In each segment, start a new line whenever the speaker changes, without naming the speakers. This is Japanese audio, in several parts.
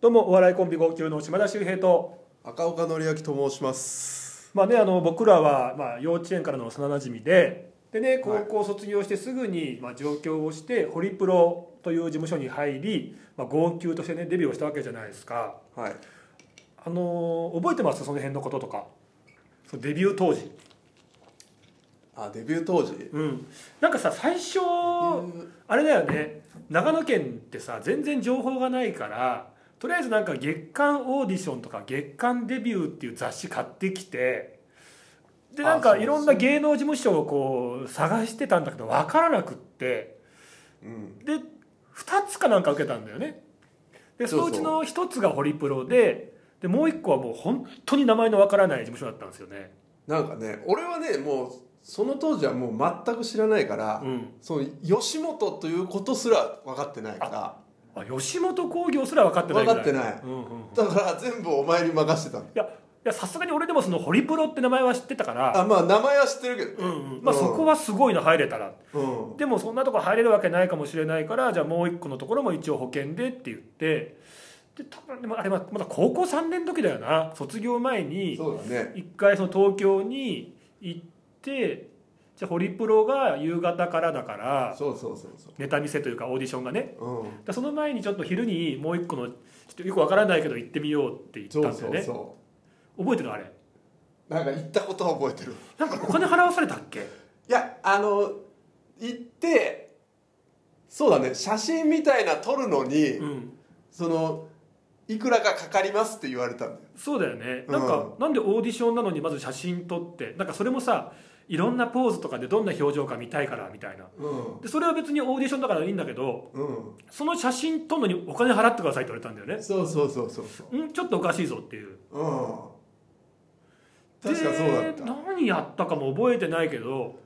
どうもお笑いコンビ号泣の島田秀平と
赤岡典明と申します
まあねあの僕らはまあ幼稚園からの幼なじみででね高校卒業してすぐにまあ上京をしてホリプロという事務所に入りまあ号泣としてねデビューをしたわけじゃないですか
はい
あのー覚えてますその辺のこととかそのデビュー当時
あデビュー当時
うんなんかさ最初
うん
あれだよね長野県ってさ全然情報がないからとりあえずなんか月間オーディションとか月間デビューっていう雑誌買ってきてでなん
あ
か
そう
いろんな芸能事務所をこう探してたんだけど分からなくって
うん
で2つかなんか受けたんだよねでそ
そう
の
そう
うちの1つがホリプロででもう1個はもう本当に名前の分からない事務所だったんですよね
なんかね俺はねもうその当時はもう全く知らないから、
うん
その吉本ということすら分かってないか
あ吉本興業すら分かってないぐら
分かってない
うんうんうん
らだから全部お前に任せたの
いやいやさすがに俺でもそのホリプロって名前は知ってたから、
あまあ名前は知ってるけど、
うんうんまあ、
うん
そこはすごいの入れたら、
うん
でもそんなとこ入れるわけないかもしれないからじゃあもう一個のところも一応保険でって言ってで多分でもあれままだ高校3年の時だよな卒業前に
そうだね
一回その東京に行ってじゃあホリプロが夕方からだから
そうそうそうそ
ネタ見せというかオーディションがね
ううん
でその前にちょっと昼にもう一個のちょっとよくわからないけど行ってみようって言った
そ
ん
う
だよね
そうそ
覚えてるあれ
うなんか行ったことは覚えてる
なんかお金払わされたっけ
いやあの行ってそうだね写真みたいな撮るのに、
うん
そのいくらかかかりますって言われたんだよ
そうだよねなんか、なんでオーディションなのにまず写真撮ってなんかそれもさいろんなポーズとかでどんな表情か見たいからみたいな
う
でそれは別にオーディションだからいいんだけど
ん、
その写真撮るのにお金払ってくださいって言われたんだよね
そうそうそうそうそ
んちょっとおかしいぞっていう
う、うん、確かそうだっ
で
た
何やったかも覚えてないけど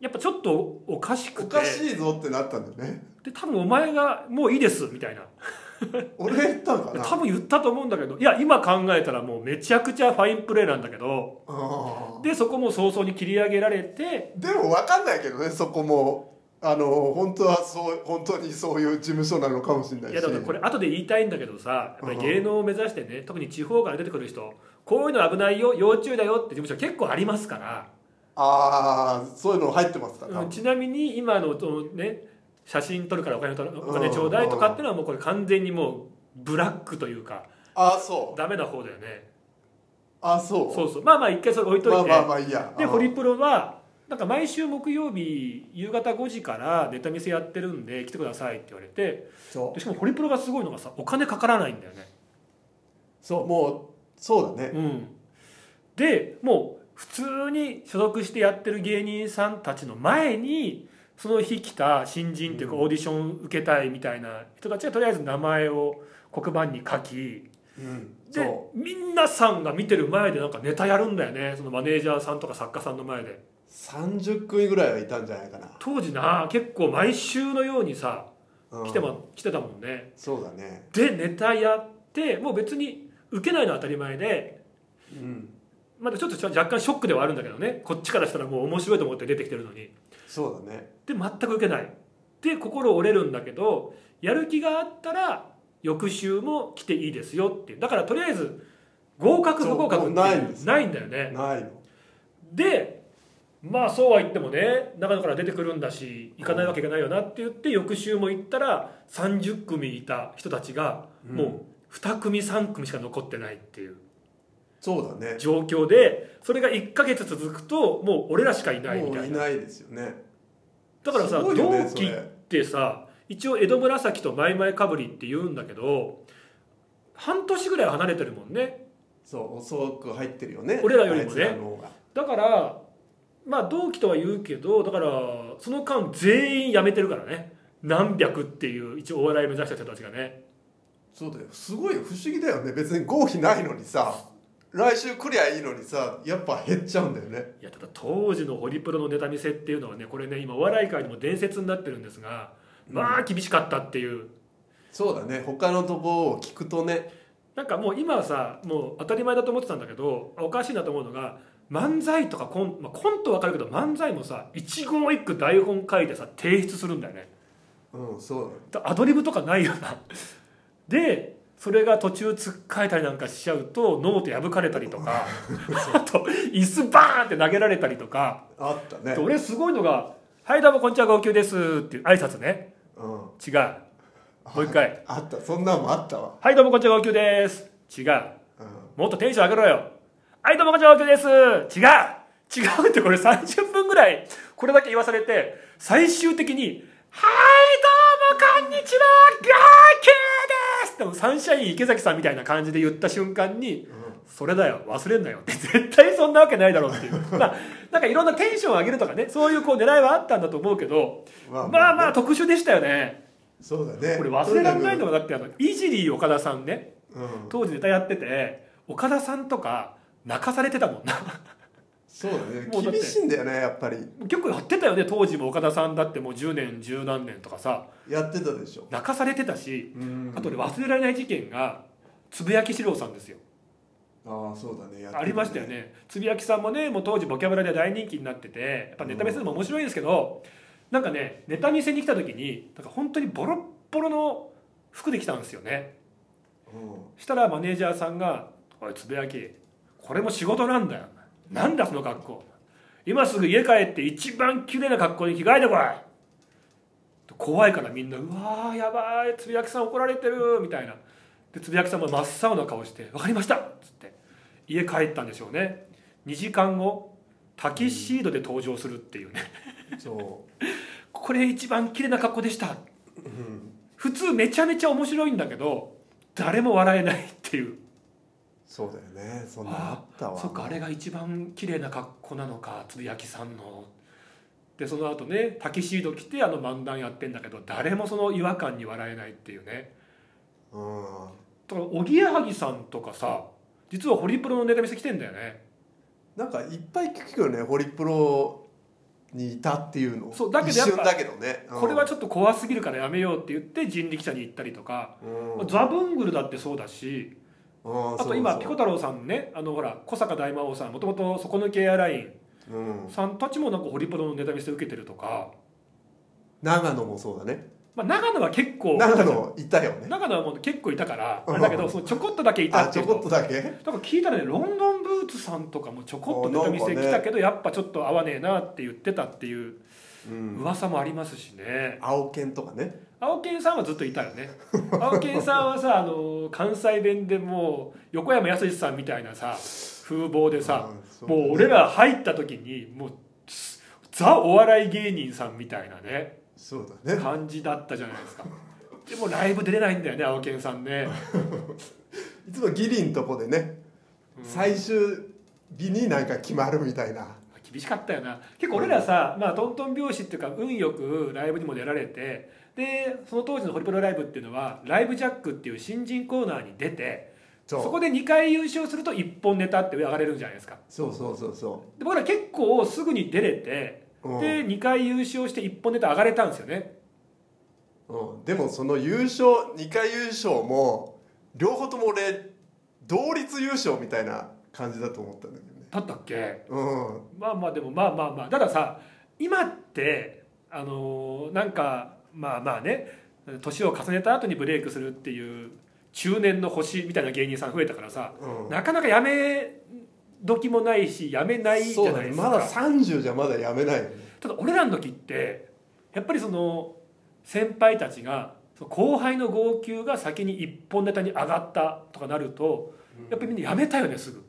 やっぱちょっとおかしく
お
て
かしいぞってなったんだ よね
で多分お前がもういいですみたいな
俺言ったのかな
多分言ったと思うんだけどいや今考えたらもうめちゃくちゃファインプレーなんだけど
う
でそこも早々に切り上げられて
んでも分かんないけどねそこもあの本当はそう本当にそういう事務所なのかもしれないし
いやだからこれ後で言いたいんだけどさやっぱり芸能を目指してね特に地方から出てくる人こういうの危ないよ要注意だよって事務所結構ありますから、
ああそういうの入ってますから、
うんちなみに今のそのね写真撮るからお金とお金ちょうだいとかっていうのはもうこれ完全にもうブラックというか
ああそう
ダメな方だよね
ああそう
そうそうまあまあ一回それ置いとい
まあ
て、
まあまあいいや
で
うん
ホリプロはなんか毎週木曜日夕方5時からネタ見せやってるんで来てくださいって言われて
そ
でしかもホリプロがすごいのがさお金かからないんだよね
うそうもうそうだね
うん、でもう普通に所属してやってる芸人さんたちの前にその日来た新人というか
う
オーディション受けたいみたいな人たちがとりあえず名前を黒板に書き
うんそ
で
う
みんなさんが見てる前でなんかネタやるんだよねそのマネージャーさんとか作家さんの前で
30組ぐらいはいたんじゃないかな、
当時な結構毎週のようにさ
うん
来て,、ま来てたもんね
そうだね
でネタやってもう別に受けないのは当たり前で
うん
まだちょっと若干ショックではあるんだけどねこっちからしたらもう面白いと思って出てきてるのにで
そうだね
全く受けないで心折れるんだけどやる気があったら翌週も来ていいですよっていうだからとりあえず合格
そ
不
う
合格って
ないんですよ
ないんだよね
ないの
でまあそうは言ってもね長野から出てくるんだし行かないわけがないよなって言って翌週も行ったら30組いた人たちが
うん
もう2組3組しか残ってないっていう。
そうだね
状況でそれが1か月続くともう俺らしかいないみ
も
た
う
い
い
な
ないですよね
だからさ、
すごいよね
同期
それ
ってさ一応江戸紫とマイマイかぶりって言うんだけど半年ぐらい離れてるもんね
そう遅く入ってるよね
俺らよりもね
あいつらの方が
だからまあ同期とは言うけどだからその間全員辞めてるからね何百っていう一応お笑い目指した人たちがね
そうだよすごい不思議だよね別に合否ないのにさ来週来りゃいいのにさやっぱ減っちゃうんだよね
いやただ当時のホリプロのネタ見せっていうのはねこれね今お笑い界でも伝説になってるんですがまあ厳しかったっていう
そうだね他のとこを聞くとね
なんかもう今はさもう当たり前だと思ってたんだけどおかしいなと思うのが漫才とかコン,、まあ、コントわかるけど漫才もさ一言一句台本書いてさ提出するんだよね
うんそうだね
だアドリブとかないよなでそれが途中つっかえたりなんかしちゃうとノート破かれたりとかあと椅子バーンって投げられたりとか
あったね
で俺すごいのが「はいどうもこんにちは号泣です」っていう挨拶ね
う
違
ん
うもう一回
あったそんなんもあったわ
「はいどうもこんにちは号泣です」違う
うん
もっとテンション上げろよはいどうもこんにちは号泣です違う違うってこれ30分ぐらいこれだけ言わされて最終的に「はいどうもこんにちは号泣です」でもサンシャイン池崎さんみたいな感じで言った瞬間に「それだよ忘れんなよ」って絶対そんなわけないだろう っていうまあなんかいろんなテンション上げるとかねそういうこう狙いはあったんだと思うけど
まあまあ
まあまあ特殊でしたよね
そうだね
これ忘れられないのがだってあのイジリー岡田さんね
うん
当時ネタやってて岡田さんとか泣かされてたもんな
そう
もう
だ
だっ
ね
て
厳しいんだよねやっぱり
結構やってたよね当時も岡田さんだってもう10年十何年とかさ
やってたでしょ
泣かされてたし
うん
あとね忘れられない事件がつぶやき史郎さんですよ
ああそうだねやってた
ありましたよねつぶやきさんもねもう当時ボキャブラで大人気になっててやっぱネタ見せでも面白いんですけど、なんかねネタ見せに来た時になんか本当にボロッボロの服で来たんですよね
うん
したらマネージャーさんが「おいつぶやきこれも仕事なんだよなんだその格好今すぐ家帰って一番綺麗な格好に着替えてこい」怖いからみんな「うわーやばいつぶやきさん怒られてる」みたいなでつぶやきさんも真っ青な顔して「分かりました」っつって家帰ったんでしょうね2時間後タキシードで登場するっていうね
そ
「これ一番綺麗な格好でした」
ううん
普通めちゃめちゃ面白いんだけど誰も笑えないっていう
そうだよねそんなんあったわ
そっかあれが一番綺麗な格好なのかつぶやきさんのでその後ねタキシード着てあの漫談やってんだけど誰もその違和感に笑えないっていうね
うん
だからおぎやはぎさんとかさ実はホリプロのネタ見せ来てんだよね
なんかいっぱい聞くよねホリプロにいたっていうの
そうだけどやっ
一
ぱ
瞬だけどね、うん
これはちょっと怖すぎるからやめようって言って人力車に行ったりとか、
うん
ザ・ブングルだってそうだし
うん
あと今ピコ太郎さんねあのほら小坂大魔王さんもともと底抜けエアライン
うん、
さんたちもなんかホリプロのネタ見せ受けてるとか、
長野もそうだね
まあ、長野は結構
長野いたよね
長野はもう結構いたからあれだけどそのちょこっとだけいた
あ
ってい
ちょ
う
こっ
と
とだけ
だから聞いたらねロンドンブーツさんとかもちょこっとネタ見
あな
せ
んか
来
ね
たけど、やっぱちょっと合わねえなって言ってたっていう
うん
噂もありますしね、
青犬とかね
青健さんはずっといたよ ね青健さんはさあの関西弁でもう横山やすしさんみたいなさ風貌でさ、
うんそう
もう俺ら入った時にもうザお笑い芸人さんみたいなね
そうだね
感じだったじゃないですかでもライブ出れないんだよね青健さんね
いつもギリんとこでね、最終日になんか決まるみたいな
厳しかったよな結構俺らさ、まあ、トントン拍子っていうか運よくライブにも出られてでその当時のホリプロライブっていうのはライブジャックっていう新人コーナーに出て
そ
そうこで2回優勝すると1本ネタって上がれるんじゃないですか
そうそうそうそ
で僕ら結構すぐに出れてで
うん
2回優勝して1本ネタ上がれたんですよね
う、うん、でもその優勝2回優勝も両方とも俺同率優勝みたいな感じだと思ったんだけどね
だったっけ
うん
まあまあでもまあまあまあたださ今ってあのーなんかまあまあね年を重ねた後にブレイクするっていう中年の星みたいな芸人さん増えたからさ、
うん
なかなかやめ時もないしやめないじ
そ
ゃ
うだ
ない
ね
ですか
まだ30じゃまだやめないよね
ただ俺らの時ってやっぱりその先輩たちがその後輩の号泣が先に一本ネタに上がったとかなるとやっぱりみんなやめたよねすぐだか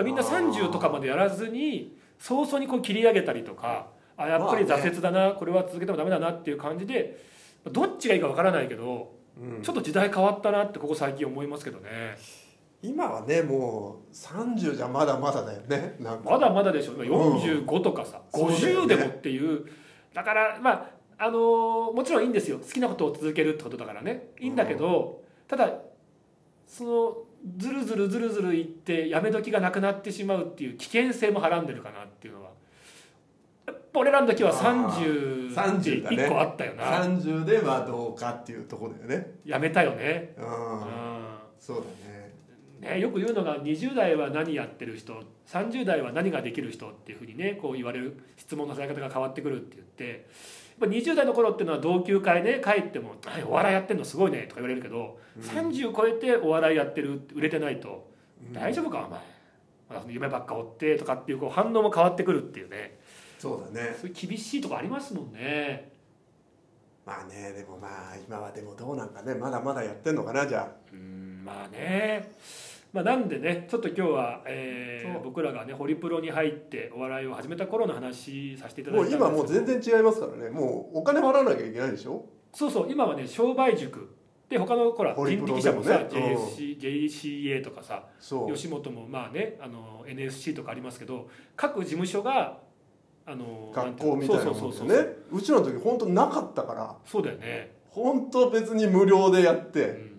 らみんな
あー
30とかまでやらずに早々にこう切り上げたりとかあやっぱり
まあね
挫折だな、これは続けてもダメだなっていう感じでどっちがいいかわからないけど、
うん
ちょっと時代変わったなってここ最近思いますけどね
今はねもう30じゃまだまだだよねなんか
まだまだでしょ今45とかさ、
うん
50でもっていうだからまああのーもちろんいいんですよ好きなことを続けるってことだからねいいんだけど、ただそのずるずるずるずるいってやめ時がなくなってしまうっていう危険性もはらんでるかなっていうのはやっぱ俺らの時は30
30だね
1個あったよな、
30でまあどうかっていうところだよね
やめたよね、
う
うんん
そうだね
ね、よく言うのが20代は何やってる人30代は何ができる人っていうふうにねこう言われる質問のされ方が変わってくるって言ってぱ20代の頃っていうのは同級会ね帰ってもはい「お笑いやってんのすごいね」とか言われるけど、30超えてお笑いやってる売れてないと「大丈夫かお前まだその夢ばっか追って」とかっていうこう反応も変わってくるっていうね
そうだね
そういう厳しいとこありますもんね
まあねでもまあ今はでもどうなんかねまだまだやってんのかなじゃあ
うんまあねまあ、なんでねちょっと今日は、えー
そう
僕らがねホリプロに入ってお笑いを始めた頃の話させていただい
も
たん
う
ですけ
今
ど
もう全然違いますからねもうお金払わなきゃいけないでしょ
そうそう今はね商売塾で他のほら
ホリ
人
プロ
力
で
車
も
も
ね
さ、JSC JCA とかさ
そう
吉本もまあねあの NSC とかありますけど各事務所があの
学校みたいなもん
そう
で
そ
す
う
よ
そう
ね
そう
うちらの時本当なかったから
そうだよね、
本当別に無料でやっ
う
て
ん、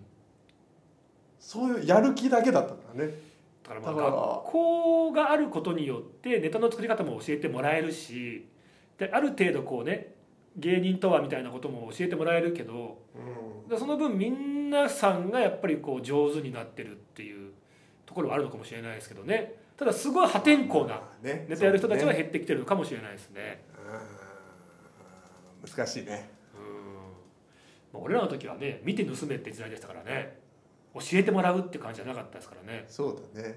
そういうやる気だけだったからね
だからまあ
だから
学校があることによってネタの作り方も教えてもらえるしである程度こうね芸人とはみたいなことも教えてもらえるけど
うん
でその分みんなさんがやっぱりこう上手になってるっていうところはあるのかもしれないですけどねただすごい破天荒な
まあね
ネタやる人たち
そう
は
ね
減ってきてるのかもしれないですね
うん難しいね
うんまあ俺らの時はね見て盗めって時代でしたからね教えてもらうって感じじゃなかったですからね
そうだね
うん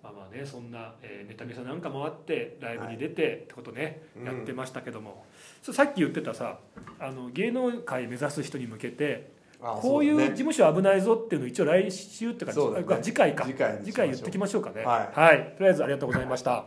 まあまあねそんな、えーネタ見せなんかもあってライブに出て、ってことね
うん
やってましたけども、そうさっき言ってたさあの芸能界目指す人に向けて
あ
こういう
そ
事
だね
務所は危ないぞっていうのを一応来週っていうか
そうだね
あ次回か
次回にしましょう
次回言ってきましょうかね
は
はい、とりあえずありがとうございました